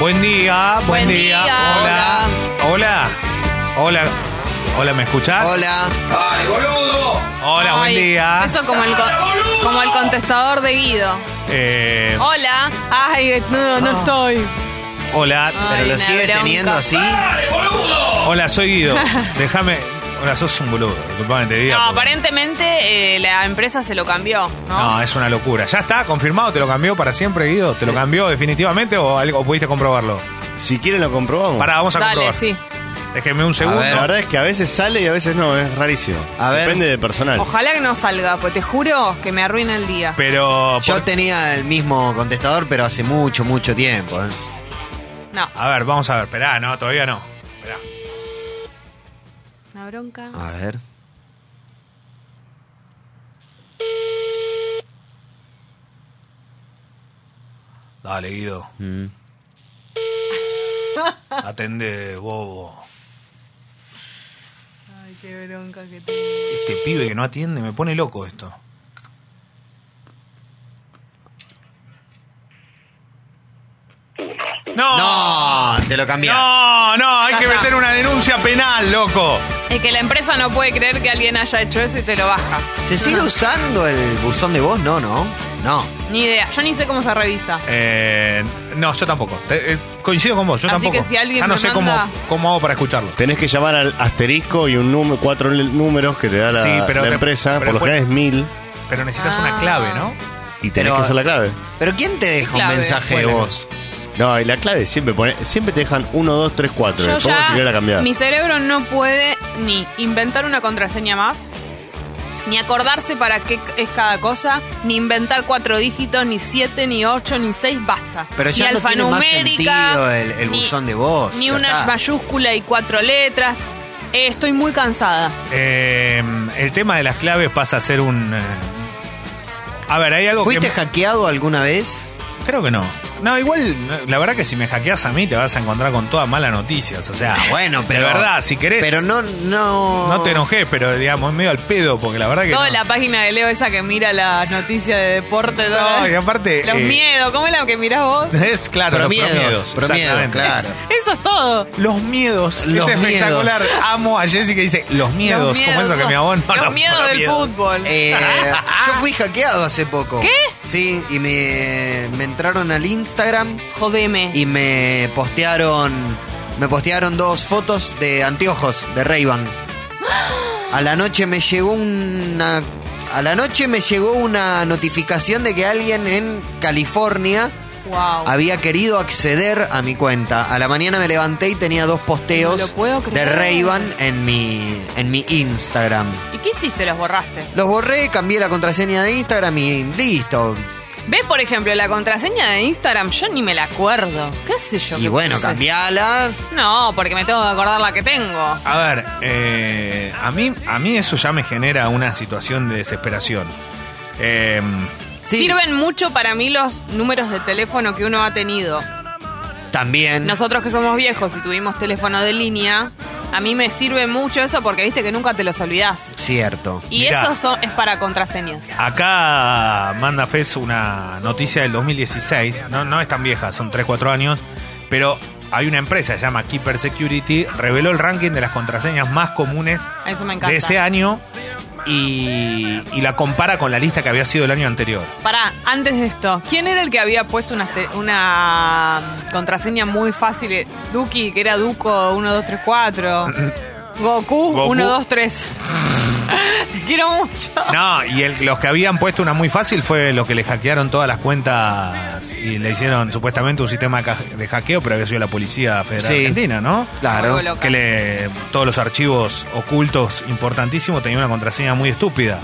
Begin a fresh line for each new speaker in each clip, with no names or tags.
Buen día, buen,
Buen
día.
día.
Hola. Hola. Hola. Hola, ¿me escuchás?
Hola.
¡Ay, boludo!
Hola, buen
Ay,
día.
Eso como el, co- como el contestador de Guido.
Eh,
Hola. Ay, no, no estoy.
hola.
Ay.
¿Pero lo
una
sigue
bronca.
teniendo así?
¡Ay, boludo!
Hola, soy Guido. Déjame. Hola, sos un boludo. Disculpame, te diga.
No,
porque-
aparentemente eh, la empresa se lo cambió, ¿no?
No, es una locura. ¿Ya está? ¿Confirmado? ¿Te lo cambió para siempre, Guido? ¿Te lo cambió definitivamente o, algo, o pudiste comprobarlo?
Si quieren lo comprobamos.
Pará, vamos a
Dale,
comprobar.
sí.
Déjeme un segundo.
ver,
La verdad es que a veces sale y a veces no, es rarísimo.
A ver.
Depende de personal.
Ojalá que no salga, pues te juro que me arruina el día.
Pero.
Yo
por-
tenía el mismo contestador, pero hace mucho, mucho tiempo. ¿eh?
No,
A ver, vamos a ver. Esperá, no, todavía no. Esperá.
una bronca.
A ver.
Dale, Guido.
Mm.
Atende, bobo. Ah.
Ay, qué bronca que tengo.
Este pibe que no atiende me pone loco esto. No,
No, te lo cambié.
no, no, hay que
Ya está.
meter una denuncia penal, loco.
Es que la empresa no puede creer que alguien haya hecho eso y te lo baja.
¿Se sigue usando el buzón de voz? No, no. No.
Ni idea. Yo ni sé cómo se revisa.
Eh, no, yo tampoco. Te- eh, coincido con vos, yo
Así
tampoco.
que si alguien
ya no
me
sé
manda-
cómo, cómo hago para escucharlo.
Tenés que llamar al asterisco y un número, cuatro l- números que te da la,
Sí, pero
la
te- pero
empresa. por lo
después-
general es mil.
Pero necesitas una
Ah.
clave, ¿no?
Y tenés
Pero-
que hacer la clave.
¿Pero quién te deja un
clave?
mensaje de
Bueno,
voz?
No, y la clave siempre pone, siempre te dejan 1, 2, 3, 4.
Yo
Después vos si
ya,
querés la cambiás.
mi cerebro no puede ni inventar una contraseña más, ni acordarse para qué es cada cosa, ni inventar cuatro dígitos, ni siete, ni ocho, ni seis, basta.
Pero ya
ni
no tiene más
alfanumérica,
sentido el, el
ni-
buzón de voz.
Ni
ya
una
está.
mayúscula y cuatro letras. Eh, estoy muy cansada.
Eh, el tema de las claves pasa a ser un. eh, A ver, hay algo
¿Fuiste
que.
hackeado alguna vez?
Creo que no. No, igual, la verdad que si me hackeas a mí te vas a encontrar con todas malas noticias. O sea,
Ah, bueno, pero.
De verdad, si querés.
Pero no, no.
No te enojes, pero digamos, es medio al pedo, porque la verdad que.
Toda
no.
la página de Leo esa que mira las noticias de deporte.
No,
toda-
y aparte.
los
eh,
miedos, ¿cómo es la que mirás vos?
Es claro, los
Promiedos,
promiedos.
promiedos,
exactamente.
claro.
Eso es todo.
Los miedos.
Los
es espectacular.
miedos.
Amo a Jessy que dice los miedos.
Los
como eso que mi abón. no,
Los
no,
miedos
los
del
miedos.
fútbol.
Eh, yo fui hackeado hace poco.
¿Qué?
Sí, y me, me entraron al Instagram
Jodeme.
y me postearon me postearon dos fotos de anteojos de Ray-Ban. A la noche me llegó una a la noche me llegó una notificación de que alguien en California
wow.
había querido acceder a mi cuenta. A la mañana me levanté y tenía dos posteos
No lo puedo
de
creer.
Ray-Ban en mi en mi Instagram.
¿Y qué hiciste? Los borraste.
Los borré, cambié la contraseña de Instagram y listo.
¿Ves, por ejemplo, la contraseña de Instagram? Yo ni me la acuerdo. ¿Qué sé yo?
Y
qué
bueno,
puse?
cambiala.
No, porque me tengo que acordar la que tengo.
A ver, eh, a, mí, a mí eso ya me genera una situación de desesperación. Eh,
Sí,
Sirven mucho para mí los números de teléfono que uno ha tenido.
también.
Nosotros que somos viejos y tuvimos teléfono de línea, a mí me sirve mucho eso porque viste que nunca te los olvidás.
Cierto.
Y
Mirá.
eso son- es para contraseñas.
Acá manda Fez una noticia del 2016, no, no es tan vieja, son 3-4 años, pero hay una empresa, se llama Keeper Security, reveló el ranking de las contraseñas más comunes
Eso me encanta.
de ese año y, y la compara con la lista que había sido el año anterior.
Pará, antes de esto, ¿quién era el que había puesto una, te- una mm, contraseña muy fácil? Eh, Duki, que era Duco 1234. Goku,
Goku.
123. Te quiero mucho.
No, y el- los que habían puesto una muy fácil fue los que le hackearon todas las cuentas y le hicieron supuestamente un sistema de ca- de hackeo, pero había sido la Policía Federal
Sí.
Argentina, ¿no?
Claro.
Algo loca.
que le, todos los archivos ocultos importantísimos tenían una contraseña muy estúpida.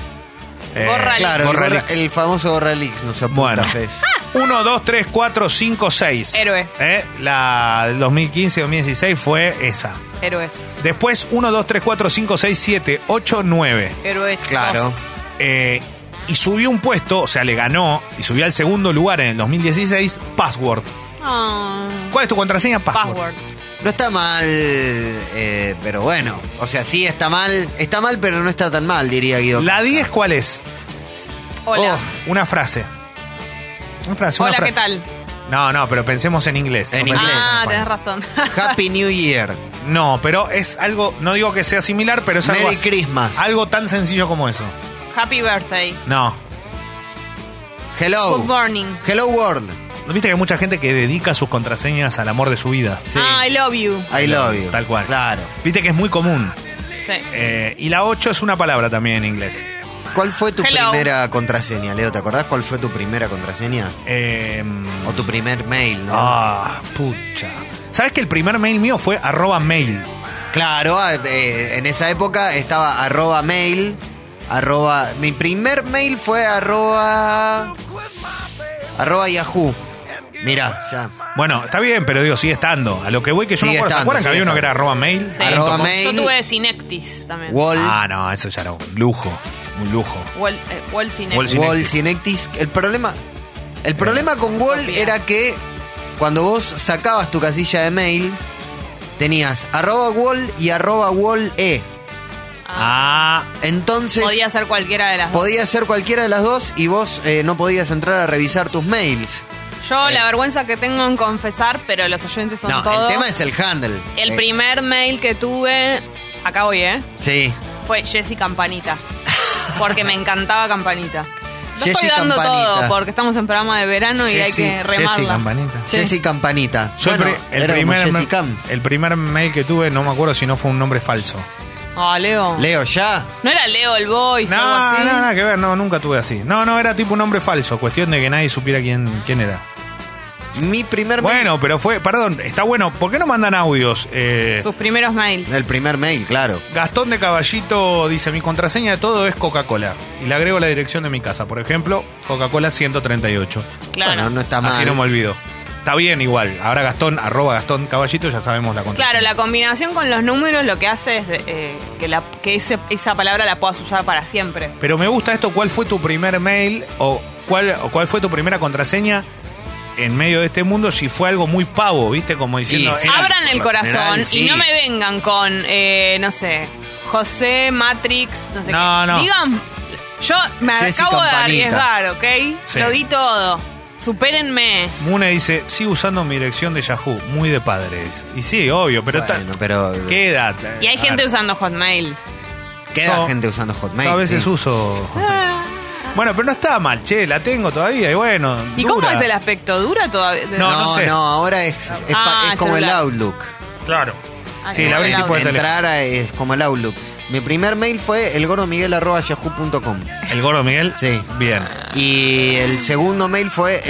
Eh,
Borra
Claro, el,
borra
gorra- el famoso Gorralix nos apunta
Bueno.
Fez.
1, 2, 3, 4, 5, 6.
Héroe.
Eh, La del 2015-2016 fue esa.
Héroes.
Después 1, 2, 3, 4, 5, 6, 7, 8, 9.
Héroes.
Claro.
sos.
Eh, y subió un puesto, o sea, le ganó y subió al segundo lugar en el 2016, Password.
Ah,
¿Cuál es tu contraseña? Password.
password.
No está mal, eh, pero bueno. O sea, sí está mal. Está mal, pero no está tan mal, diría Guido.
La 10, ¿cuál es?
Hola.
Oh,
Una frase. Una frase. una
Hola,
frase.
¿qué tal?
No, no, pero pensemos en inglés.
En
no pensemos
inglés.
Ah,
español.
tenés razón.
Happy New Year.
No, pero es algo, no digo que sea similar, pero es algo
Merry
así-
Christmas.
Algo tan sencillo como eso.
Happy birthday.
No.
Hello.
Good morning.
Hello World.
¿No viste que hay mucha gente que dedica sus contraseñas al amor de su vida?
Sí.
Ah, I love you.
I love you.
Tal cual.
Claro.
Viste que es muy común.
Sí.
Eh, y la 8 es una palabra también en inglés.
¿Cuál fue tu
Hello.
primera contraseña, Leo? ¿Te acordás cuál fue tu primera contraseña?
Eh,
O tu primer mail, ¿no?
ah, pucha. ¿Sabes que el primer mail mío fue arroba mail?
Claro, ah, eh, en esa época estaba arroba mail, arroba... Mi primer mail fue arroba... Arroba Yahoo. Mirá, ya.
Bueno, está bien, pero digo, sigue estando. A lo que voy, que yo
Sigue
me acuerdo. ¿Se
estando,
acuerdan que
sigue
había uno que era
estando.
arroba mail?
Sí.
Punto
Arroba
com.
mail.
Yo tuve Synectis también.
Wall,
Ah, no, eso ya era un lujo. Un lujo.
Wall, eh, Wall Synectis.
Wall Synectis.
Wall, Synectis. El problema, el problema con Wall
Copia.
era que cuando vos sacabas tu casilla de mail, tenías arroba Wall y arroba Wall E.
Ah,
Ah,
Entonces...
podía ser cualquiera de las dos.
Podía ser cualquiera de las dos y vos eh, no podías entrar a revisar tus mails.
Yo la vergüenza que tengo en confesar, pero los oyentes son
Eh. no,
todos.
el tema es el handle.
El
Eh,
primer mail que tuve, acá voy, ¿eh?
Sí.
Fue Jessy Campanita. Porque me encantaba Campanita. Yo
Jessy
estoy dando
Campanita.
todo porque estamos en programa de verano y
Jessy-
hay que
Jessy
remarla.
Campanita.
Sí.
Jessy Campanita.
Yo
bueno,
el, pri- el
era como
primer
Jessy
ma-
Cam.
el primer mail que tuve, no me acuerdo si no fue un nombre falso.
Ah, Leo.
Leo, ya.
¿No era Leo el boy
No,
o algo así?
no, nada que ver, no, nunca tuve así. No, no, era tipo un nombre falso, cuestión de que nadie supiera quién, quién era.
Mi primer mail.
Bueno, pero fue, perdón, está bueno, ¿por qué no mandan audios? Eh,
Sus primeros mails.
El primer mail, claro.
Gastón de Caballito dice, mi contraseña de todo es Coca-Cola. Y le agrego la dirección de mi casa, por ejemplo, Coca-Cola 138.
Claro.
Bueno, no está mal.
Así no me olvido. Está bien igual, ahora Gastón, arroba Gastón Caballito, ya sabemos la contraseña.
Claro, la combinación con los números lo que hace es eh, que, la, que ese- esa palabra la puedas usar para siempre.
Pero me gusta esto, ¿cuál fue tu primer mail o cuál, o cuál fue tu primera contraseña en medio de este mundo? Si fue algo muy pavo, ¿viste? Como diciendo...
Y sí.
eh,
Abran el
por lo
corazón
general, sí.
y no me vengan con, eh, no sé, José Matrix, no sé
No,
qué.
no.
Digan, yo me
Jessy
acabo
Campanita.
de arriesgar, ¿ok?
Sí.
Lo di todo. Supérenme.
Mune dice, sigo usando mi dirección de Yahoo, muy de padres. Y sí, obvio, pero
Bueno,
está... Ah,
pero
Queda.
Y hay
A
gente
ver,
usando Hotmail.
queda
yo-
gente usando Hotmail.
yo a veces
sí.
uso...
Ah.
Bueno, pero no está mal, che, la tengo todavía y bueno.
¿Y
dura.
cómo es el aspecto? ¿Dura todavía?
No,
No, no,
sé.
ahora es, es
Ah,
pa- es como el
celular.
Outlook.
Claro.
Ah,
sí,
como
la abrí
el
tipo de teléfono.
Entrar a- es como el Outlook. Mi primer mail fue elgordomiguel.yahoo.com.
¿El gordo Miguel?
Sí.
Bien.
Y el segundo mail fue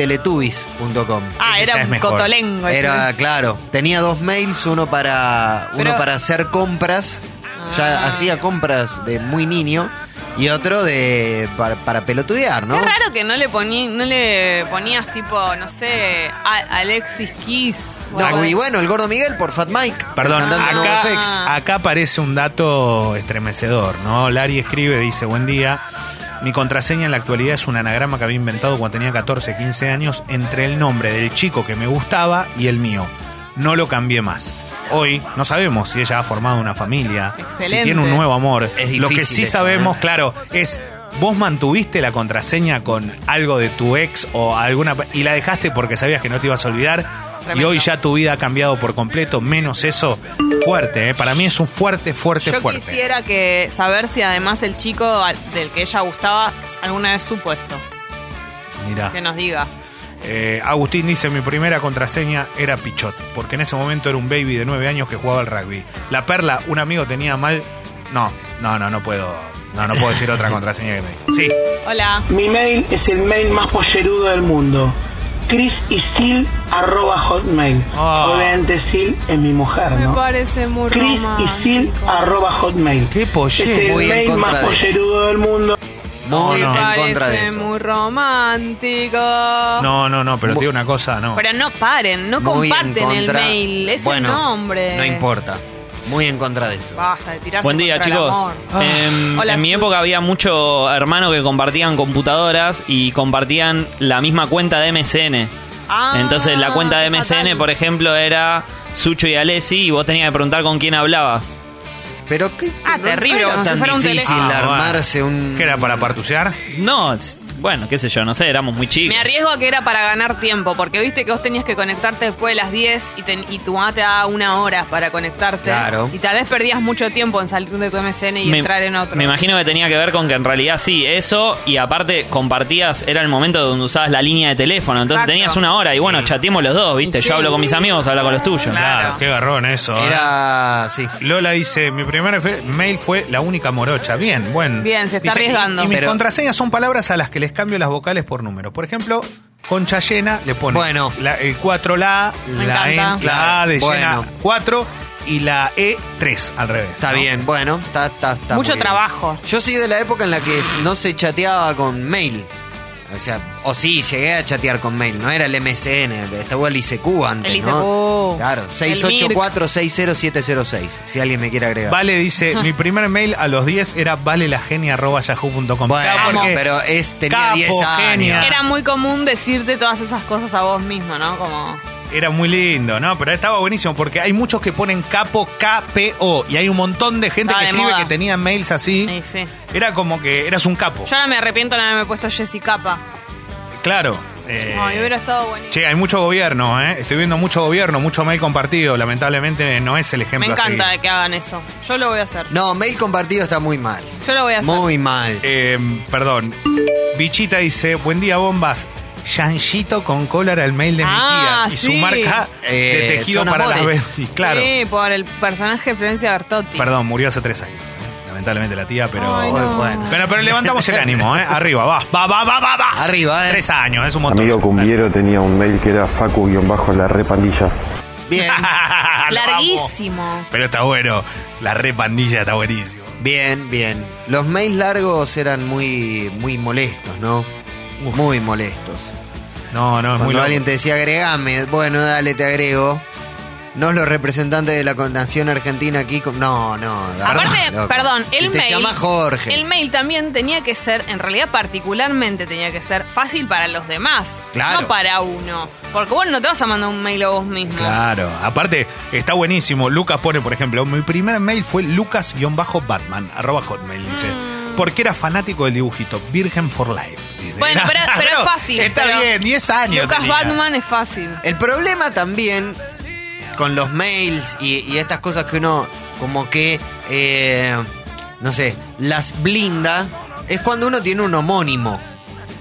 elgordomiguel.teletubbies.com.
Ah,
Ese ya
era
es
un
mejor.
cotolengo. ese.
Era, claro, tenía dos mails, uno para uno
Pero-
para hacer compras, ya
Ah.
hacía compras de muy niño, y otro de para, para pelotudear, ¿no?
Qué raro que no le, poní- no le ponías tipo, no sé, a- Alexis Kiss. o algo
No,
de-
y bueno, el gordo Miguel por Fat Mike.
Perdón,
el cantante de
acá,
NovoFX.
acá aparece un dato estremecedor, ¿no? Lari escribe, dice, buen día. Mi contraseña en la actualidad es un anagrama que había inventado cuando tenía 14, 15 años entre el nombre del chico que me gustaba y el mío. No lo cambié más. Hoy no sabemos si ella ha formado una familia, si
Excelente.
tiene un nuevo amor.
Es
lo que
difícil
sí
eso,
sabemos,
¿eh?
claro, es vos mantuviste la contraseña con algo de tu ex o alguna y la dejaste porque sabías que no te ibas a olvidar. Y
Tremendo.
hoy ya tu vida ha cambiado por completo, menos eso. Fuerte, ¿eh? para mí es un fuerte, fuerte,
Yo
fuerte.
quisiera que saber si además el chico al- del que ella gustaba alguna vez supo esto.
Mirá.
Que nos diga.
Eh, Agustín dice: Mi primera contraseña era Pichot, porque en ese momento era un baby de 9 años que jugaba al rugby. La perla, un amigo tenía mal. No, no, no, no puedo. No, no puedo decir otra contraseña que me dijo. Sí,
Hola.
Mi mail es el mail más pollerudo del mundo. chrisisil@hotmail.
Ah.
Obviamente Sil es mi mujer,
Me
¿no?
parece muy romántico.
chrisisil@hotmail.
qué
Es el
pollero.
Muy en
mail
contra
más
de eso.
pollerudo del mundo.
Muy
Me
No,
en contra de
parece
eso.
muy romántico.
No, no, no, pero te digo una cosa, no.
Pero no paren, no
Muy en
comparten el
contra-
mail. Es
Bueno,
el nombre.
No importa. Muy en contra de eso.
Basta de tirarse
Buen día,
contra el
chicos.
amor.
Em,
Hola,
en mi
Sus.
época había muchos hermanos que compartían computadoras y compartían la misma cuenta de MSN.
Ah,
Entonces, la cuenta de
qué
MSN,
fatal.
por ejemplo, era Sucho y Alessi, y vos tenías que preguntar con quién hablabas.
Pero qué
Ah, terrible,
no era
como si
tan
fuera un
difícil
Ah,
teléfono.
bueno.
armarse un
¿Qué era para partusear?
No, s- bueno, qué sé yo, no sé, éramos muy chicos.
Me arriesgo a que era para ganar tiempo, porque viste que vos tenías que conectarte después de las 10 y, ten- y tu mamá te daba una hora para conectarte.
Claro.
Y tal vez perdías mucho tiempo en salir de tu MCN y entrar en otro.
me imagino que tenía que ver con que en realidad sí, eso, y aparte compartías, era el momento donde usabas la línea de teléfono, entonces
Exacto.
tenías una hora y bueno, chateemos los dos, ¿viste?
Sí.
Yo hablo con mis amigos, habla con los tuyos.
Claro, qué garrón eso. ¿eh?
Era. Sí.
Lola dice, mi primer fe- mail fue la única morocha. Bien, bueno.
Bien, se está
Dice,
arriesgando.
Y, y mis
Pero-
contraseñas son palabras a las que les cambio las vocales por número. Por ejemplo, concha llena le pone
Bueno.
la, el 4 la,
Me
la,
encanta.
en- la A de
Bueno.
llena 4 y la E 3 al revés.
Está
¿no?
bien, bueno, está, está, está
Mucho
muy bien.
trabajo.
Yo soy de la época en la que no se chateaba con mail. O sea, o sí, llegué a chatear con mail. No era el MSN, estaba el ICQ antes,
El
¿no?
ICQ.
Claro,
El
684-60706, si alguien me quiere agregar.
Vale dice, mi primer mail a los 10 era valelagenia.yahoo.com.
Bueno,
Claro, porque
pero es, tenía
Capo,
10 años.
genia.
Era muy común decirte todas esas cosas a vos mismo, ¿no? Como.
Era muy lindo, ¿no? Pero estaba buenísimo porque hay muchos que ponen capo KPO y hay un montón de gente
Estaba
que
Ah, de
escribe
moda.
que tenía mails así.
Sí, sí.
Era como que eras un capo.
Yo ahora me arrepiento de no haberme puesto Jessy Capa.
Claro. eh,
Ay, hubiera estado buenísimo.
Che, hay mucho gobierno, ¿eh? Estoy viendo mucho gobierno, mucho mail compartido. Lamentablemente no es el
me
ejemplo así.
encanta que hagan eso. Yo lo voy a hacer.
No, mail compartido está muy mal.
Yo lo voy a hacer.
Muy mal.
Eh, perdón. Bichita dice, buen día, bombas. Yanchito con cola era el mail de
Ah,
mi tía. Y
sí.
su marca de
Eh,
tejido
son
para las
amores.
bebés. Claro.
Sí, por el personaje de Florencia Bertotti.
Perdón, murió hace tres años. ¿eh? Lamentablemente la tía, pero...
Ay,
Bueno, bueno.
Bueno, pero levantamos el ánimo, ¿eh? Arriba, va, va, va, va, va. va.
Arriba, eh.
Tres años, es un montón.
Amigo Cumbiero tenía un mail que era facu-la repandilla.
Bien,
Lo
Larguísimo.
amo. Pero está bueno. La repandilla está buenísimo.
bien, bien. Los mails largos eran muy, muy molestos, ¿no?
Uf.
Muy molestos.
No, no, es muy
Cuando
loco.
alguien te decía agregame, bueno, dale, te agrego. No los representantes de la Nación Argentina aquí. con- No, no. dale,
Aparte,
loco.
perdón, el
Y te
mail.
llama Jorge.
El mail también tenía que ser, en realidad, particularmente tenía que ser fácil para los demás.
Claro.
No para uno. Porque vos no te vas a mandar un mail a vos mismo.
Claro, aparte está buenísimo. Lucas pone, por ejemplo, mi primer mail fue lucas-batman, arroba hotmail, dice.
Mm.
Porque era fanático del dibujito, Virgen for Life. dice.
Bueno, pero- pero es fácil,
Está
pero-
bien, 10 años.
Lucas
tenía.
Batman es fácil.
El problema también con los mails y, y estas cosas que uno como que, eh, no sé, las blinda, es cuando uno tiene un homónimo,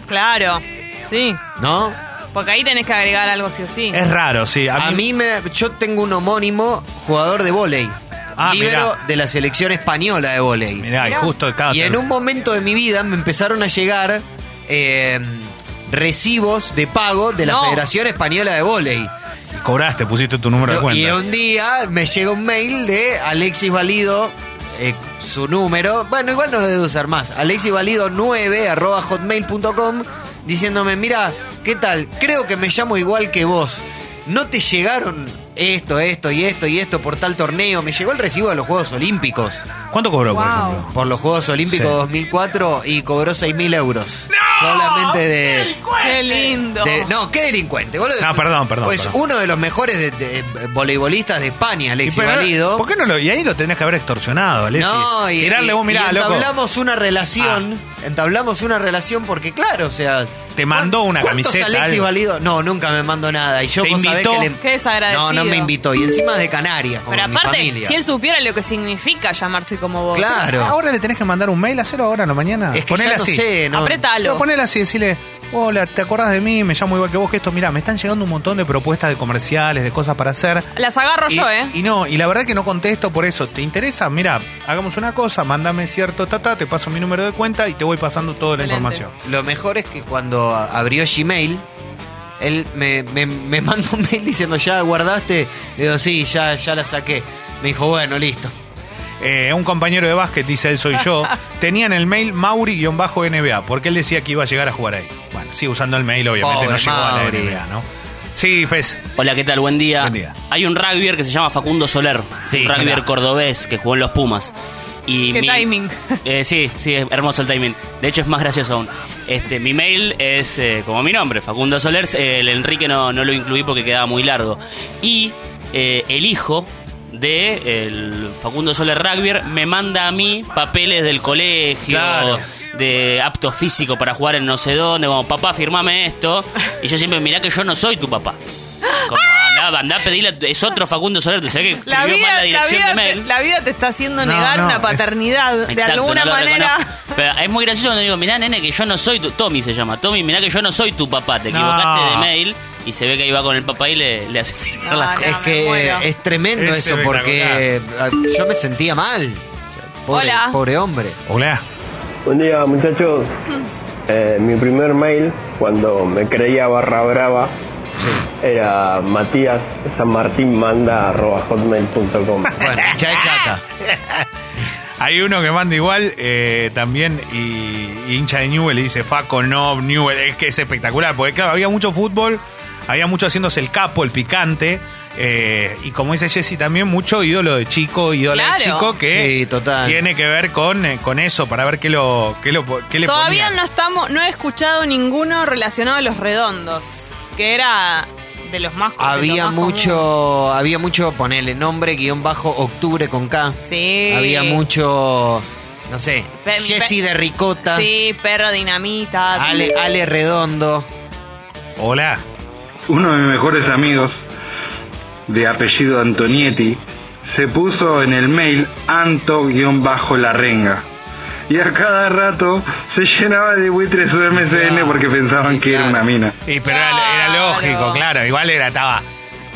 Claro. Sí.
¿no?
Porque ahí tenés que agregar algo sí o sí.
Es raro, sí.
A mí me, yo tengo un homónimo jugador de vóley,
Ah,
líbero
mirá.
de la selección española de vóley.
Mirá, y justo cada
Y en
ter-
un momento de mi vida me empezaron a llegar eh, recibos de pago de la
No.
Federación Española de Voley.
cobraste, pusiste tu número de
y
cuenta.
un día me llega un mail de Alexis Valido, eh, su número, bueno, igual no lo debo usar más, alexisvalido9 arroba hotmail.com diciéndome, mira, ¿qué tal? Creo que me llamo igual que vos. ¿No te llegaron esto, esto y esto y esto por tal torneo? Me llegó el recibo de los Juegos Olímpicos
¿Cuánto cobró, por
Wow.
ejemplo?
por los Juegos Olímpicos
Sí.
2004 y cobró 6.000 euros. Solamente de...
Qué lindo.
de- no, qué delincuente, boludo.
No, perdón, perdón,
Es
perdón.
uno de los mejores de- de- voleibolistas de España,
Y
Alexis
pero-
Valido.
¿Por qué no lo.? Y ahí lo tenés que haber extorsionado, Alexis.
No, y,
Tirarle vos,
y-
mirá,
y
loco. Ah.
entablamos una relación. Entablamos una relación porque, claro, o sea.
Te mandó
¿cuán-
una
¿cuántos
camiseta,
Alexis
algo?
Valido? No, nunca me mandó nada. Y yo,
¿Te
vos sabés
invitó?
que le-
Qué desagradecido.
No, no me invitó. Y encima es de Canarias, como
Pero
mi
aparte,
familia.
si él supiera lo que significa llamarse como vos.
Claro.
Ah, Ahora le tenés que mandar un mail, hacerlo ahora, no mañana.
es que
Ah, Ponele
ya no
así.
sé, no-
Apretalo.
No, ponele así, decirle, hola, ¿te acordás de mí? Me llamo igual que vos que esto. Mirá, me están llegando un montón de propuestas de comerciales, de cosas para hacer.
Las agarro
Y,
yo, ¿eh?
y no, y la verdad que no contesto por eso. ¿Te interesa? Mirá, hagamos una cosa, mándame cierto tata, te paso mi número de cuenta y te voy pasando toda la
Excelente.
información.
Lo mejor es que cuando a- abrió Gmail, él me, me, me mandó un mail diciendo, ¿ya guardaste? Le digo, sí, ya, ya la saqué. Me dijo, bueno, listo.
Eh, un compañero de básquet, dice él soy yo, tenía en el mail Mauri-NBA, porque él decía que iba a llegar a jugar ahí. Bueno, sigue usando el mail, obviamente,
Pobre
no llegó a la
Mauri.
NBA, ¿no? Sí, Fez.
Hola, ¿qué tal? Buen día.
Buen día.
Hay un rugbyer que se llama Facundo Soler,
Sí,
un rugbyer
mirá.
cordobés que jugó en los Pumas. Y
Qué timing.
Eh, sí, sí, es hermoso el timing. De hecho, es más gracioso aún. Este, mi mail es eh, como mi nombre, Facundo Soler. Eh, el Enrique no, no lo incluí porque quedaba muy largo. Y eh, el hijo de el Facundo Soler rugbyer me manda a mí papeles del colegio,
Claro.
de apto físico para jugar en no sé dónde, como papá, firmame esto. Y yo siempre, mirá que yo no soy tu papá. Como andá, andá a pedirle, es otro Facundo Soler, te sabés que
¡Ah! La
escribió mal
vida,
la
la,
dirección
vida
de
te,
mail.
la vida te está haciendo
No,
negar
no,
una
es-
paternidad. de
Exacto,
alguna
no lo
manera.
reconozco. Pero es muy gracioso cuando digo, mirá, nene, que yo no soy tu... Tommy se llama. Tommy, mirá que yo no soy tu papá. Te
No.
equivocaste de mail y se ve que ahí va con el papá y le, le hace firmar
No,
las
no.
cosas.
es que
muero.
es tremendo
Es
eso porque eh, yo me sentía mal. O sea, Pobre,
Hola.
pobre hombre.
Hola.
Buen día, muchachos. Eh, mi primer mail, cuando me creía barra brava, era matías san martín manda arroba hotmail.com.
Bueno, ya es chata.
Hay uno que manda igual eh, también y, y hincha de Newell y dice Faco, no, Newell. Es que es espectacular porque, claro, había mucho fútbol, había mucho haciéndose el capo, el picante. eh, y como dice Jesse también, mucho ídolo de chico, ídolo
Claro.
de chico que
Sí, total.
tiene que ver con, eh, con eso, para ver qué, lo, qué, lo, qué le
Todavía no
ponías.
estamos, no he escuchado ninguno relacionado a los redondos, que era de los más de los
Había
más
mucho,
comunes.
había mucho, ponele nombre, guión bajo, octubre con K.
Sí.
Había mucho, no sé,
Pe-
Jesse
pe-
de Ricota,
Sí, perro dinamita.
Ale, Ale Redondo.
Hola.
Uno de mis mejores amigos, de apellido Antonietti, se puso en el mail anto-larrenga. Y a cada rato se llenaba de buitres UMCN porque pensaban que era una mina.
Y, pero era- era,
Claro.
lógico, claro. Igual era, estaba.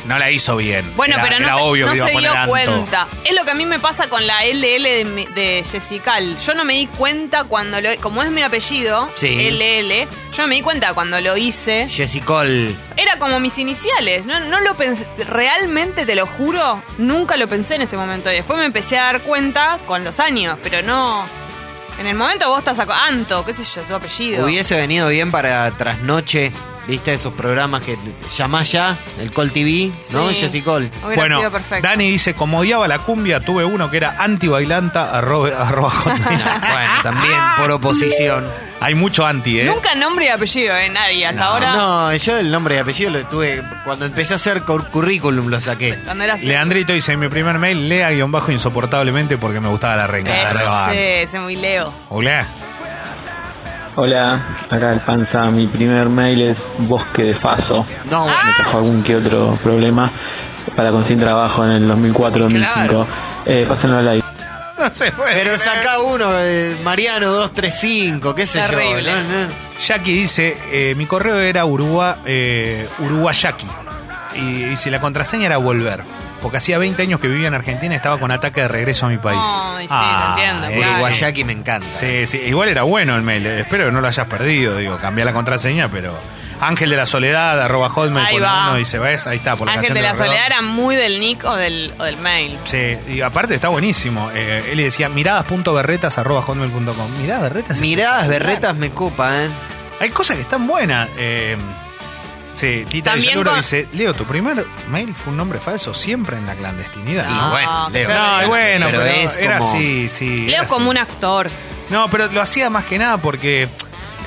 No la hizo bien.
Bueno,
Era-
pero no,
era
te-
obvio
no
que iba a
se
poner
dio
Anto.
cuenta. Es lo que a mí me pasa con la LL de, mi- de Jessical. Yo no me di cuenta cuando lo... Como es mi apellido,
Sí.
LL, yo no me di cuenta cuando lo hice.
Jesse Cole.
Era como mis iniciales. No, no lo pensé... Realmente, te lo juro, nunca lo pensé en ese momento. Y después me empecé a dar cuenta con los años, pero no... En el momento vos estás... Saco, Anto, qué sé yo, tu apellido.
Hubiese venido bien para trasnoche, viste esos programas que te- llamás ya, el Call TV, ¿no?
Sí.
Jesse Cole.
Hubiera
bueno,
sido perfecto.
Dani dice, como odiaba la cumbia, tuve uno que era anti-bailanta, arroba, arroba hotmail.
Bueno, también por oposición.
Hay mucho anti, ¿eh?
Nunca nombre y apellido, ¿eh? Nadie. Hasta ahora...
No, yo el nombre y apellido lo tuve. Cuando empecé a hacer cur- currículum lo saqué.
Cuando era así.
Leandrito dice, en mi primer mail, lea guión bajo insoportablemente porque me gustaba la renga.
Eh,
Arroba.
Ese, ese muy leo.
Hola.
Hola, acá el panza. Mi primer mail es Bosque de Faso.
No,
Ah.
bueno.
me trajo algún que otro problema para conseguir trabajo en el 2004-2005.
Claro.
Eh, pásenlo al aire.
No se puede
Pero
creer.
saca uno, eh, Mariano 235, qué sé
Terrible. Ah,
yo. ¿no? No.
Jackie dice, eh, mi correo era Urugua, eh, Uruguayaki. Y dice, la contraseña era volver. Porque hacía 20 años que vivía en Argentina y estaba con ataque de regreso a mi país.
Ay, sí, lo entiendo,
eh,
claro.
Uruguayaki.
Guayaki me encanta.
Sí, sí, igual era bueno el mail. eh, Espero que no lo hayas perdido, digo, cambié la contraseña, pero. Ángel de la Soledad, arroba hotmail,
Ahí
pone
va.
uno y dice, ¿ves? Ahí está, por la
Ángel
canción
de la
los Redondos.
Soledad era muy del nick o del, o del mail.
Sí, y aparte está buenísimo. Eh, él le decía miradas.berretas arroba hotmail.com. Miradas, berretas.
Miradas berretas me copa, ¿eh?
Hay cosas que están buenas. eh, sí, Tita
También
Villaluro
con-
dice, Leo, tu primer mail fue un nombre falso, siempre en la clandestinidad.
Y
¿no?
bueno, Leo.
No,
Ah, qué
y
horrible.
bueno, pero,
Ah. Pero es
era
como-
así, sí.
Leo
era
como
así.
un actor.
No, pero lo hacía más que nada porque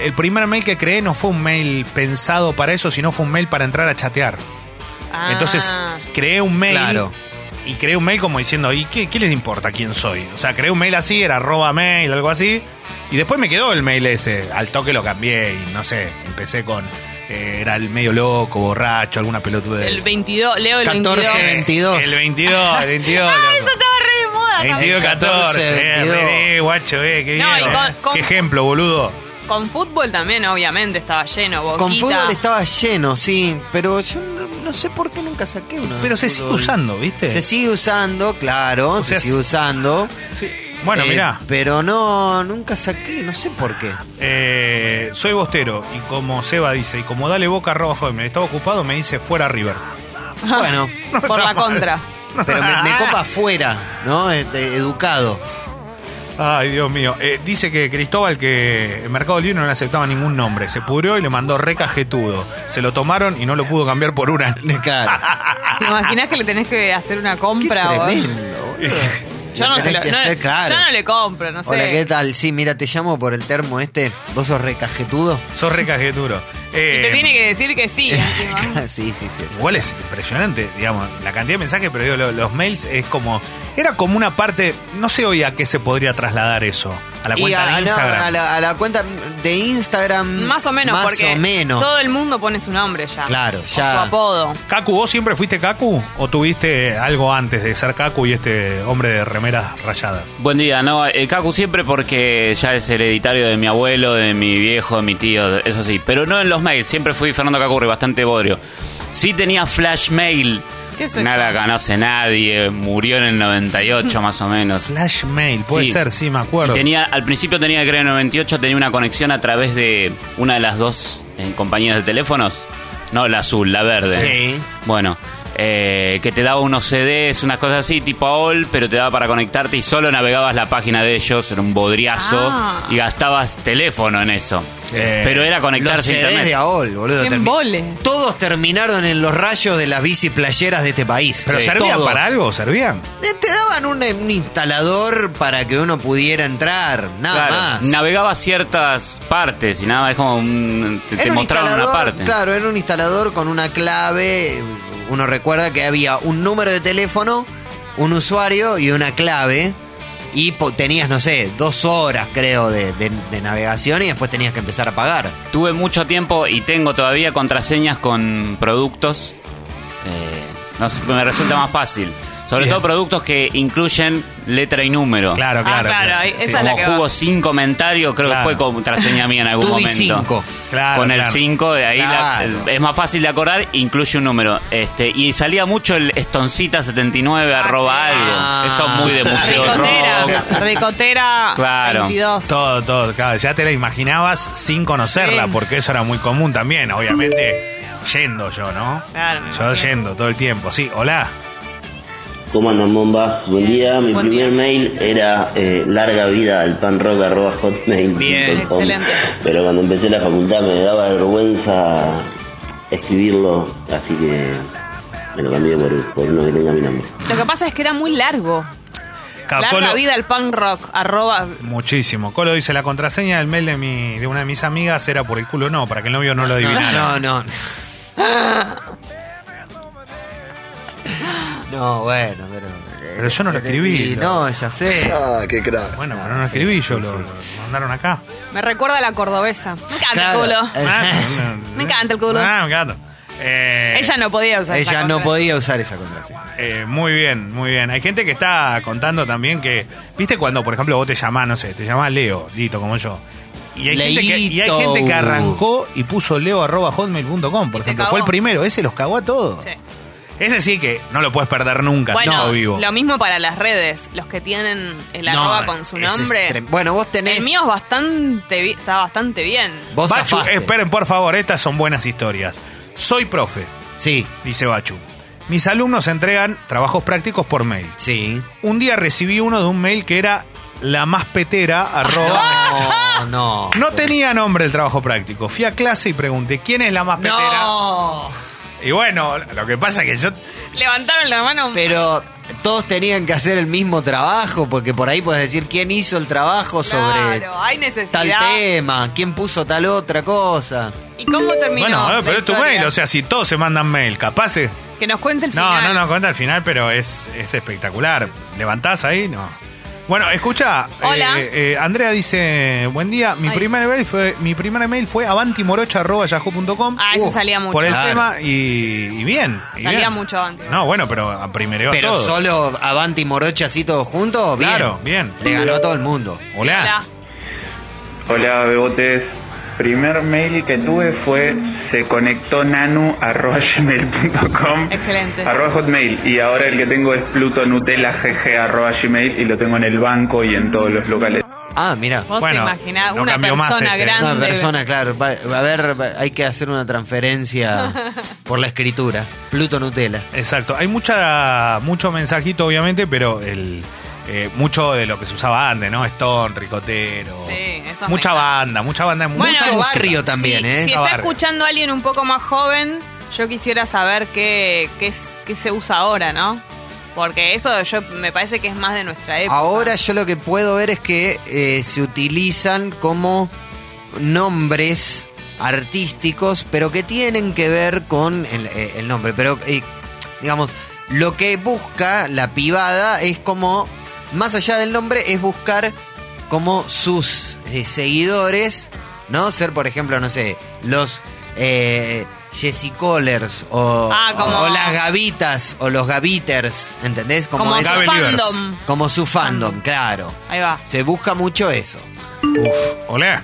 el primer mail que creé no fue un mail pensado para eso, sino fue un mail para entrar a chatear.
Ah,
Entonces
eh,
creé un mail.
Claro.
Y creé un mail como diciendo, ¿y qué, qué les importa quién soy? O sea, creé un mail así, era arroba mail, algo así. Y después me quedó el mail ese. Al toque lo cambié y no sé, empecé con. eh, era el medio loco, borracho, alguna pelotuda
el 22, Leo el 22.
14, 22.
El 22, el 22.
Ah, eso
loco.
estaba re de moda. también.
22, 14.
22.
eh, guacho, eh, qué
No, y
bien.
con- con-
Qué ejemplo, boludo.
Con fútbol también, obviamente, estaba lleno. Boquita.
Con fútbol estaba lleno, sí, pero yo no, no sé por qué nunca saqué uno. de
Pero se sigue
fútbol.
usando, ¿viste?
Ah, Se sigue usando, claro,
O sea,
se sigue usando.
Sí. Bueno,
Eh,
mirá.
Pero no, nunca saqué, no sé por qué.
Eh, soy bostero y como Seba dice, y como dale boca arroba joven, estaba ocupado, me dice fuera River.
Bueno,
Por la contra.
pero me, me copa afuera, ¿no? Este, educado.
Ay, Dios mío. Eh, dice que Cristóbal, que en Mercado Libre no le aceptaba ningún nombre. Se pudrió y le mandó recajetudo. Se lo tomaron y no lo pudo cambiar por una.
Claro.
¿Te imaginas que le tenés que hacer una
Qué
compra? vos?
tremendo, boludo.
¿eh? Yo no,
Lo
se lo,
tenés que
no-
hacer, claro.
yo no le compro, no sé.
Hola, ¿qué tal? Sí, mira, te llamo por el termo este. ¿Vos sos recajetudo?
Sos recajetudo. Eh,
Te tiene que decir que
Eh,
sí. encima.
sí, sí, sí. sí.
Igual es impresionante, digamos, la cantidad de mensajes, pero digo, lo- los mails es como Era como una parte, no sé hoy a qué se podría trasladar eso. A la
Y
cuenta
a-
de
no,
Instagram.
a la, a la cuenta de Instagram.
Más o menos,
Más
porque
o menos.
todo el mundo pone su nombre ya.
Claro,
ya. O su apodo.
Kaku, ¿vos siempre fuiste Kaku? ¿O tuviste algo antes de ser Kaku y este hombre de remeras rayadas?
Buen día, no, el Kaku siempre porque ya es hereditario de mi abuelo, de mi viejo, de mi tío, eso sí. Pero no en los mails, siempre fui Fernando Cacurri, bastante bodrio. Sí tenía flash mail.
¿Qué es
Nada conoce nadie, murió en el 98 más o menos.
Flash mail, puede
Sí.
ser, sí, me acuerdo.
Y tenía, al principio tenía, creo, en 98 tenía una conexión a través de una de las dos eh, compañías de teléfonos. No, la azul, la verde.
Sí.
Bueno, eh, que te daba unos CDs, unas cosas así, tipo AOL, pero te daba para conectarte y solo navegabas la página de ellos, era un bodriazo,
Ah.
y gastabas teléfono en eso. pero era
los
conectarse a
CDs
internet.
de AOL, boludo.
¡Qué
termi-
embole!
Todos terminaron en los rayos de las bici playeras de este país.
¿Pero
Sí.
servían
Todos.
para algo? ¿Servían?
Eh, Te daban un, un instalador para que uno pudiera entrar, nada
Claro,
ah, más.
Navegaba ciertas partes y nada, es como un- te, te
Era un
mostraban una
instalador,
parte.
Claro, era un instalador con una clave. Uno recuerda que había un número de teléfono, un usuario y una clave. Y po- tenías, no sé, dos horas creo de, de- de navegación y después tenías que empezar a pagar.
Tuve mucho tiempo y tengo todavía contraseñas con productos. Eh, no sé, me resulta más fácil. Sobre
Bien.
todo productos que incluyen letra y número.
Claro,
Ah, claro, claro, sí, esa sí. es la
Como
que va.
jugo sin comentario, creo
Claro.
que fue contraseña mía en algún
Tubi
momento.
cinco.
Claro,
Con el
claro.
5, de ahí la-
Claro.
es más fácil de acordar, incluye un número. Este, y salía mucho el estoncita79 arroba
sí.
algo.
Ah.
Eso muy de museo rock.
Ricotera. Ricotera
Claro.
22.
Todo, todo, claro. Ya te la imaginabas sin conocerla,
Sí.
porque eso era muy común también, obviamente. Yendo yo, ¿no?
Claro, me
Yo
imagino.
yendo todo el tiempo. Sí, hola.
¿Cómo andan, bombas? Buen día. Mi
Buen
primer
día.
mail era eh, larga vida al panrock.hotmail.com.
Bien,
excelente.
Pero cuando empecé la facultad me daba vergüenza escribirlo, así que me lo cambié por, por uno que tenga mi nombre.
Lo que pasa es que era muy largo.
Claro,
Larga
Colo-
vida al punk rock, arroba.
Muchísimo. Colo dice, la contraseña del mail de, mi, de una de mis amigas era por el culo, no, para que el novio no lo adivinara.
No, no, no. No, bueno, pero. eh,
Pero yo no lo escribí,
No, ya sé. Ah, qué crack.
Bueno, pero no lo escribí yo, lo, lo mandaron acá.
Me recuerda a la cordobesa. Me encanta
Claro.
el culo.
Ah,
Me encanta el culo.
Ah, me encanta. Eh,
Ella no podía usar esa
Ella no
cosa.
podía usar esa contraseña.
Eh, muy bien, muy bien. Hay gente que está contando también que, viste cuando, por ejemplo, vos te llamás, no sé, te llamás Leo, Lito, como yo. Y hay, gente que, y hay
Leito.
gente que arrancó y puso leo arroba hotmail.com, por
Y te
ejemplo.
cagó.
Fue el primero, ese los cagó a todos.
Sí.
Ese sí que no lo puedes perder nunca, si
Bueno,
sos vivo.
lo mismo para las redes. Los que tienen el
No,
arroba con su
ese es
nombre.
trem- Bueno, vos tenés.
El mío es bastante bi- está bastante bien.
Vos
Bachu,
zafaste.
esperen por favor, estas son buenas historias. Soy profe,
Sí,
dice Bachu. Mis alumnos entregan trabajos prácticos por mail.
sí.
Un día recibí uno de un mail que era la más petera arroba
No, no.
No tenía nombre el trabajo práctico. Fui a clase y pregunté quién es la más petera.
No.
Y bueno, lo que pasa es que yo.
Levantaron la mano.
Pero todos tenían que hacer el mismo trabajo, porque por ahí puedes decir quién hizo el trabajo sobre
Claro, hay
tal
necesidad.
tema, quién puso tal otra cosa.
¿Y cómo terminó?
bueno,
la
pero es tu
historia?
mail, o sea, si todos se mandan mail, capaz. es-
Que nos cuente el
No,
final.
no, no, cuenta al final, pero es, es espectacular. ¿Levantás ahí? No. Bueno, escucha.
Hola.
eh, eh, Andrea dice: Buen día. Mi
Ay.
primer mail fue, mi primer mail fue avantimorocha.yahoo.com.
Ah, ese salía mucho.
Uh, Por el
Claro.
tema y, y bien. y
Salía
bien.
mucho antes.
No, bueno, pero primereo a
Pero
todos.
solo Avanti y Morocha así todos juntos, bien.
Claro, bien.
Le ganó a todo el mundo.
Hola.
Hola.
Hola, Bebotes. Primer mail que tuve fue se conectó nanu arroba gmail.com
Excelente.
arroba hotmail y ahora el que tengo es pluto nutella gg arroba gmail y lo tengo en el banco y en todos los locales.
Ah, mira.
Vos
Bueno,
te imaginás
no
una
cambió más
persona
este.
grande.
Una persona, claro. va- a ver, va- hay que hacer una transferencia por la escritura. Pluto Nutella.
Exacto. Hay mucha, mucho mensajito, obviamente, pero el, eh, mucho de lo que se usaba antes, ¿no? Stone, Ricotero.
Sí,
Mucha
eso me encanta.
banda, mucha banda.
Bueno,
mucha
Mucho
música.
barrio también,
si,
¿eh?
Si está
Barrio.
escuchando a alguien un poco más joven, yo quisiera saber qué, qué, es- qué se usa ahora, ¿no? Porque eso yo me parece que es más de nuestra época.
Ahora yo lo que puedo ver es que eh, se utilizan como nombres artísticos, pero que tienen que ver con el, eh, el nombre. Pero, eh, digamos, Lo que busca la pibada es como, más allá del nombre, es buscar como sus eh, seguidores, ¿no? Ser, por ejemplo, no sé, los eh, Jesse Collers o,
Ah, como-
o las Gavitas o los Gaviters, ¿entendés?
Como su
esos-
Mm. fandom.
Como su fandom, claro.
Ahí va.
Se busca mucho eso.
Uf, hola.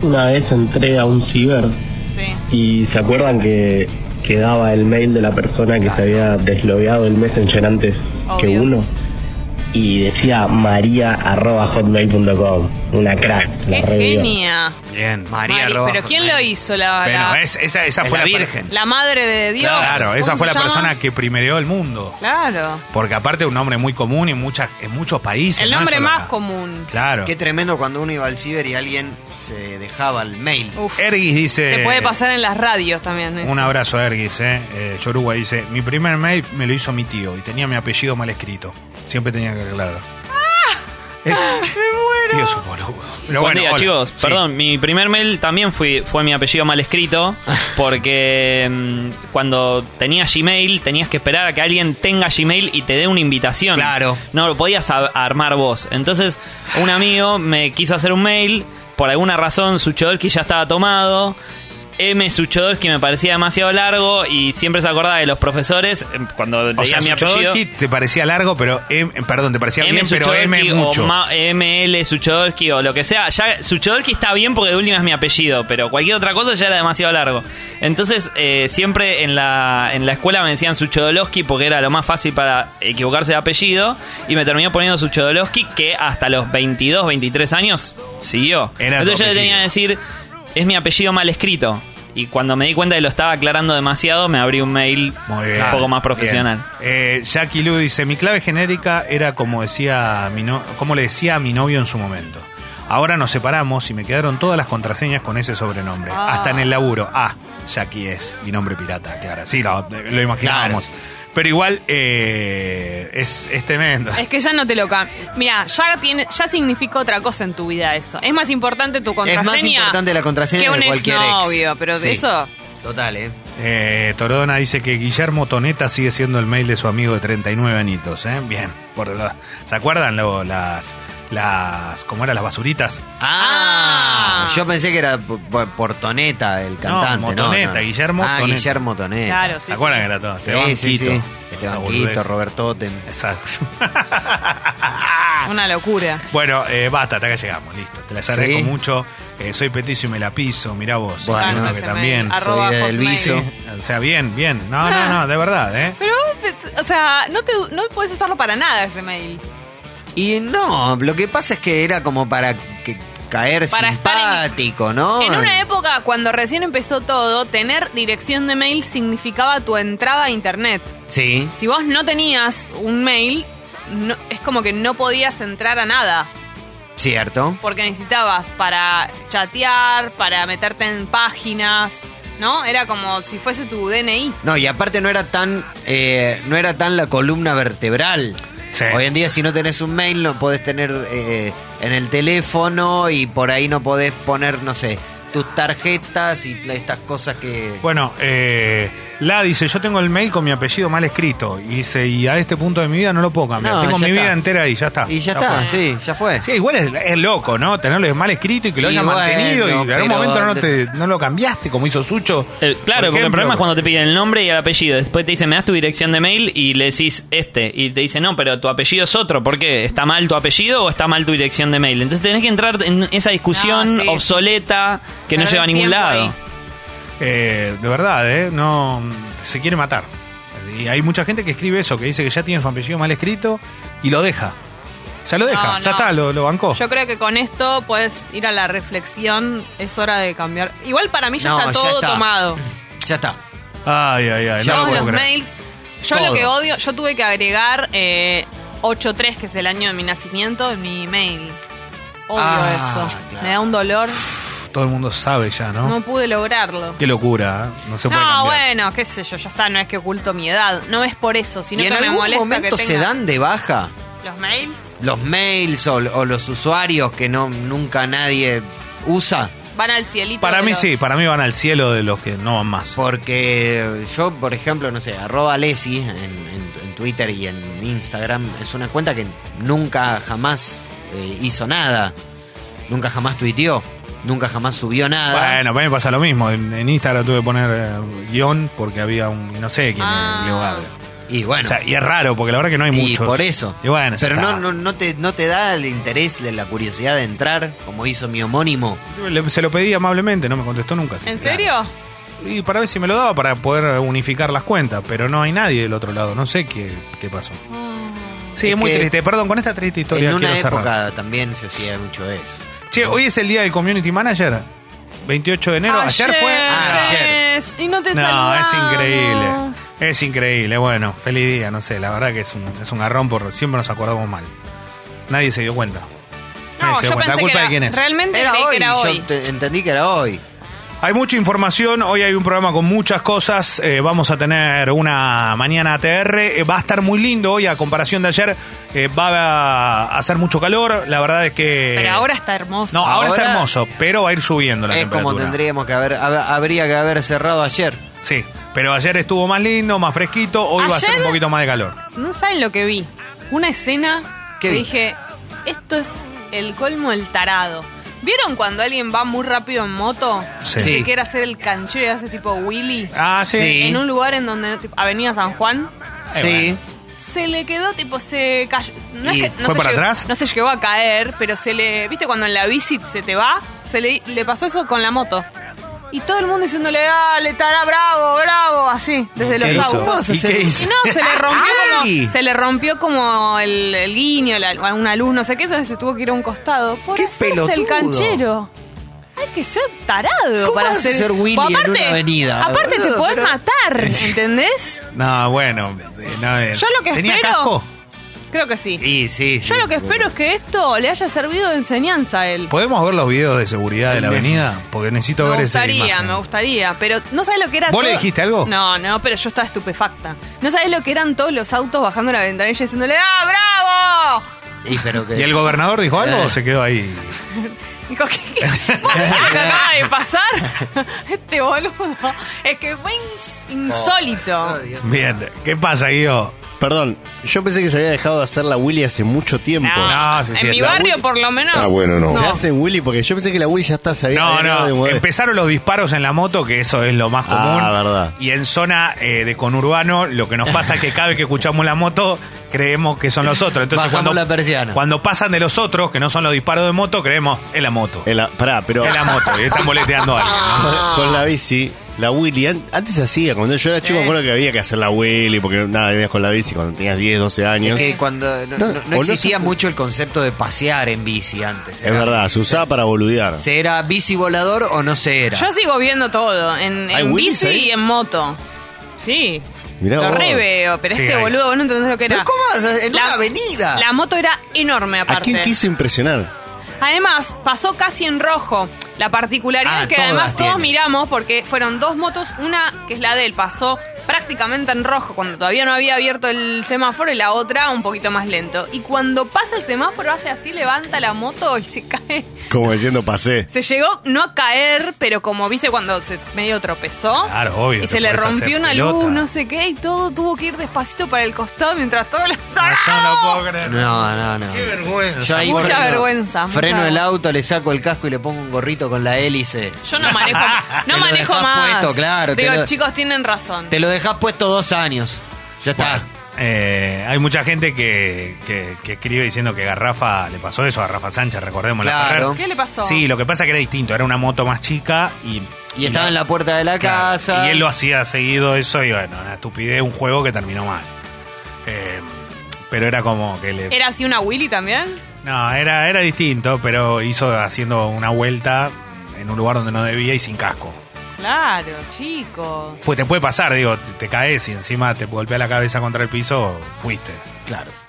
Una vez entré a un ciber
Sí.
y se acuerdan que quedaba el mail de la persona que se había deslogueado el messenger antes que
Obvio.
uno y decía maria.hotmail.com. Una crack. la
Qué
revivió.
genia.
Bien.
María
Mari-
Rojas.
pero ¿quién lo hizo? La,
Bueno,
la,
es- esa, esa
Es
fue
la
la, per-
virgen.
la madre de Dios.
Claro, esa
¿Cómo
fue la
se llama?
persona que primereó el mundo.
Claro.
Porque aparte es un nombre muy común en, muchas, en muchos países.
El
no es
nombre
solo
más
acá.
común.
Claro.
Qué tremendo cuando uno iba al ciber y alguien se dejaba el mail.
Uf.
Erguis dice...
Te puede pasar en las radios también. eso.
Un abrazo, Erguis. Eh. Eh, Yoruba dice, mi primer mail me lo hizo mi tío y tenía mi apellido mal escrito. Siempre tenía que arreglarlo. Es- Tío es un boludo. Pero
Buen
bueno,
día,
hola.
chicos.
Sí.
Perdón, mi primer mail también fui, fue mi apellido mal escrito. Porque mm, cuando tenías Gmail, tenías que esperar a que alguien tenga Gmail y te dé una invitación.
Claro.
No lo podías a- armar vos. Entonces, un amigo me quiso hacer un mail. Por alguna razón, su Chodolki ya estaba tomado. M. Suchodolski me parecía demasiado largo y siempre se acordaba de los profesores eh, cuando leía
O sea,
mi apellido.
Suchodolski te parecía largo, pero... em- perdón, te parecía
M.
bien, pero
Suchodolski
M
o
mucho.
Ma- ML Suchodolski o lo que sea. Ya Suchodolski está bien porque de última es mi apellido, pero cualquier otra cosa ya era demasiado largo. Entonces, eh, siempre en la, en la escuela me decían Suchodolski porque era lo más fácil para equivocarse de apellido. Y me terminó poniendo Suchodolski que hasta los 22, 23 años siguió.
Era tu
Entonces yo le
apellido.
tenía que decir, es mi apellido mal escrito. Y cuando me di cuenta de que lo estaba aclarando demasiado, me abrí un mail
Muy bien.
un poco más profesional.
Bien. Eh, Jackie Lu dice, mi clave genérica era como decía mi no- como le decía a mi novio en su momento. Ahora nos separamos y me quedaron todas las contraseñas con ese sobrenombre.
Ah.
Hasta en el laburo. Ah, Jackie es mi nombre pirata, claro. Sí, lo, lo imaginábamos. Pero igual eh, es, es tremendo.
Es que ya no te lo cambian. Mira, ya tiene, ya significa otra cosa en tu vida eso. Es más importante tu
Es
contraseña.
más importante la contraseña
que un
de cualquier ex.
exnovio, pero
Sí.
eso.
Total, ¿eh?
Eh, Torodona dice que Guillermo Toneta sigue siendo el mail de su amigo de 39 anitos. ¿eh? Bien. Por la- ¿Se acuerdan lo- las, las... ¿Cómo eran las basuritas?
Ah,
Ah.
yo pensé que era por, por- por Toneta, el cantante, ¿no?
Motoneta,
no.
Guillermo
Ah,
Toneta.
Guillermo Toneta.
Claro,
¿Se
sí,
acuerdan
sí.
que era todo?
Sí,
Esteban
sí,
Quito.
sí.
Esa
Esteban
boludez.
Quito, Robert Totem.
Exacto.
Ah.
Una locura.
bueno, eh, basta, hasta acá llegamos, listo. Te las agradezco
Sí.
mucho. Eh, soy petizo y me la piso, mirá vos.
Bueno.
Entiendo
Tanto
que
ese
también.
mail. Arroba
Soy del
hotmail.
viso.
O sea, bien, bien. No, no, no, de verdad, ¿eh?
Pero, vos, o sea, no, te, no puedes usarlo para nada ese mail.
Y no, lo que pasa es que era como para que caer
Para estar en-
simpático, ¿no?
En una época, cuando recién empezó todo, tener dirección de mail significaba tu entrada a internet.
Sí.
Si vos no tenías un mail, no- es como que no podías entrar a nada.
Cierto.
Porque necesitabas para chatear, para meterte en páginas, ¿no? Era como si fuese tu DNI.
No, y aparte no era tan eh, no era tan la columna vertebral.
Sí.
Hoy en día si no tenés un mail lo podés tener eh, en el teléfono y por ahí no podés poner, no sé, tus tarjetas y la- estas cosas que...
Bueno, eh, La dice, yo tengo el mail con mi apellido mal escrito. Y dice, y a este punto de mi vida no lo puedo cambiar.
No,
tengo mi
ya
vida
está.
entera ahí, Ah, ya está.
y ya, está,
fue.
sí, ya fue.
Sí, igual es, es loco, ¿no? Tenerlo mal escrito y que lo
Y
hayas
bueno,
mantenido y en algún
pero-
momento no, te- no lo cambiaste, como hizo Sucho.
Eh,
Por
claro, porque el
ejemplo.
problema es cuando te piden el nombre y el apellido. Después te dicen, me das tu dirección de mail y le decís este. Y te dicen, no, pero tu apellido es otro. ¿Por qué? ¿Está mal tu apellido o está mal tu dirección de mail? Entonces tenés que entrar en esa discusión
No, sí.
obsoleta que no
Perder
lleva a ningún
tiempo
lado.
ahí.
Eh, de verdad, ¿eh? No, se quiere matar. Y hay mucha gente que escribe eso, que dice que ya tiene su apellido mal escrito y lo deja. Ya lo deja,
No,
ya
no.
está, lo, lo bancó.
Yo creo que con esto puedes ir a la reflexión. Es hora de cambiar. Igual para mí ya
No,
está
ya
todo
está.
tomado.
Ya está.
Ay, ay, ay, no
Ya
lo
Todos
puedo
los
creer.
mails. Yo
Todo.
lo que odio, yo tuve que agregar eh, 83, que es el año de mi nacimiento, en mi mail. Odio
Ah,
eso.
claro.
Me da un dolor.
Todo el mundo sabe ya, ¿no?
No pude lograrlo.
Qué locura, ¿eh? No se puede
No,
cambiar.
bueno, qué sé yo, ya está, no es que oculto mi edad. No es por eso, sino
y
que
en
me
algún
molesta
momento
que
se
tenga
dan de baja
los mails.
los mails o, o los usuarios que no nunca nadie usa.
Van al cielito.
Para
de
mí
los-
sí, para mí van al cielo de los que no van más.
Porque yo, por ejemplo, no sé, arroba Lesi en, en- en Twitter y en Instagram es una cuenta que nunca jamás eh, hizo nada. Nunca jamás tuiteó. Nunca jamás subió nada.
Bueno, para mí pasa lo mismo. En, en Instagram tuve que poner eh, guión porque había un. No sé quién es Leo Gabio.
Y Ah, bueno.
O sea, y es raro porque la verdad que no hay
Y
muchos.
por eso.
Y bueno, ya
Pero no,
está.
no, no te, no te da el interés, la- la curiosidad de entrar, como hizo mi homónimo.
Le- se lo pedí amablemente, no me contestó nunca. así
¿En
que-
serio?
Y para ver si me lo daba para poder unificar las cuentas, pero no hay nadie del otro lado, no sé qué, qué pasó. Sí, es, muy
Ah. que
triste. Perdón, con esta triste historia
en una
quiero cerrar.
época también se hacía mucho eso.
Che, hoy es el día del community manager. 28 de enero, ayer, fue. Ah,
es- Y no te
No, es
saludamos.
increíble. Es increíble. Bueno, feliz día, no sé. La verdad que es un, es un garrón por siempre nos acordamos mal. Nadie se dio cuenta. Nadie
No,
se dio
yo
cuenta.
pensé
¿La culpa
que
de
era,
quién es?
realmente
Era
creí
hoy,
que era hoy.
yo te- entendí que era hoy.
Hay mucha información, hoy hay un programa con muchas cosas, eh, vamos a tener una mañana ATR, eh, va a estar muy lindo hoy a comparación de ayer, eh, va a hacer mucho calor, la verdad es que...
Pero ahora está hermoso.
Eh. No, ahora, está hermoso, pero va a ir subiendo la
es como
temperatura.
tendríamos que haber, hab- habría que haber cerrado ayer.
Sí, pero ayer estuvo más lindo, más fresquito, hoy va a ser
Ayer-
un poquito más de calor.
No saben lo que vi. Una escena
¿Qué
que
vi?
dije, esto es el colmo del tarado. ¿Vieron cuando alguien va muy rápido en moto?
Sí.
Y
Sí.
se quiere hacer el canchero y hace tipo Willy.
Ah, sí. Sí.
En un lugar en donde, tipo, Avenida San Juan.
Sí.
Se le quedó, tipo, se cayó. No
¿Y
es que, no
fue
se
para
llegó-
atrás?
No se llegó a caer, pero se le. ¿Viste cuando en la bici se te va? Se le, le pasó eso con la moto. Y todo el mundo diciéndole, dale, tará, bravo, bravo, así, desde
qué
los
hizo?
autos.
¿Y qué hizo?
No, se le rompió
¡Ay!
como, se le rompió como el, el guiño, la- una luz, no sé qué, entonces se tuvo que ir a un costado. Por
¡Qué
hacerse
pelotudo!
el canchero. Hay que ser tarado
¿Cómo
para
vas a
hacer...
ser Willy
Pues
en una avenida?
Aparte te
Boludo,
podés
pero-
matar, ¿entendés?
No, bueno, eh, no, eh,
Yo lo que
¿tenía
espero-
casco?
Creo que sí.
Sí, sí,
Yo lo que espero es que esto le haya servido de enseñanza a él.
¿Podemos ver los videos de seguridad de la avenida? Porque necesito
Me
ver esa
gustaría,
imagen.
me gustaría, pero no sabes lo que era
¿Vos le
todo-
dijiste algo?
No, no, pero yo estaba estupefacta. No sabes lo que eran todos los autos bajando la ventanilla diciéndole, ¡ah, bravo!
Y, pero que-
¿Y el gobernador dijo algo o se quedó ahí?
Dijo, ¿qué, qué? ¿Vos viste lo que acaba de pasar? Este boludo. Es que fue ins- insólito.
Oh.
Bien, ¿qué pasa, Guido?
Perdón, yo pensé que se había dejado de hacer la Willy hace mucho tiempo.
No, no, sí, sí,
en mi
la
barrio, por lo menos.
Ah, Se hacen Willy porque yo pensé que la Willy ya está se había
No,
terminado Eh, de
no,
mover.
empezaron los disparos en la moto, que eso es lo más común.
Ah, verdad.
Y en zona eh, de conurbano, lo que nos pasa es que cada vez que escuchamos la moto, creemos que son los otros. Entonces,
Bajamos
cuando,
la persiana.
cuando pasan de los otros, que no son los disparos de moto, creemos, es la moto.
En la- pará, pero.
Es la moto, y están boleteando a alguien. ¿no?
Ah.
Con, con la bici, la Willy, an- antes se hacía, cuando yo era chico me acuerdo que había que hacer la Willy, porque nada, venías con la bici cuando tenías 10, 12
Es
años.
que cuando no,
No,
no- no
o no
existía
se-
mucho el concepto de pasear en bici antes.
es verdad, se usaba para boludear.
¿Se era bici volador o no se era?
Yo sigo viendo todo, en,
¿Hay
en
Willys
bici
ahí?
y en moto. Sí.
Mirá
lo
vos.
re veo, pero
Sí,
este
hay.
boludo, vos no entendés lo que era.
¿Pero cómo vas a- en una avenida?
La moto era enorme
¿A
aparte.
quién quiso impresionar?
Además, pasó casi en rojo. La particularidad
Ah,
es que
todas
además todos
tienen.
miramos porque fueron dos motos, una que es la de él, pasó prácticamente en rojo cuando todavía no había abierto el semáforo y la otra un poquito más lento. Y cuando pasa el semáforo hace así, levanta la moto y se cae.
Como diciendo, pasé.
Se llegó no a caer, pero como viste cuando se medio tropezó.
Claro, obvio,
Y
te
se le
podés hacer
rompió una
pelota.
luz, no sé qué, y todo tuvo que ir despacito para el costado mientras todo lo
No, no, no. Qué
vergüenza.
Yo ahí
Mucha
freno-
vergüenza, mucha
Freno el
vergüenza.
auto, le saco el casco y le pongo un gorrito con la hélice.
Yo no manejo,
Te
no
lo
manejo
dejás
más.
puesto, claro, te
Digo,
lo-
chicos, tienen razón.
Te lo dejas puesto dos años. Ya está.
Eh, hay mucha gente que, que- que escribe diciendo que Garrafa le pasó eso a Garrafa Sánchez, recordemos la
Claro.
carrera.
¿Qué le pasó?
Sí, lo que pasa es que era distinto, era una moto más chica y.
Y estaba en la puerta de la
Claro,
casa.
Y él lo hacía seguido eso y bueno, una estupidez, un juego que terminó mal. Eh, pero era como que le...
¿Era así una Willy también?
No, era, era distinto, pero hizo haciendo una vuelta en un lugar donde no debía y sin casco.
Claro, chicos.
Pues te puede pasar, digo, te, te caes y encima te golpea la cabeza contra el piso, fuiste.
Claro.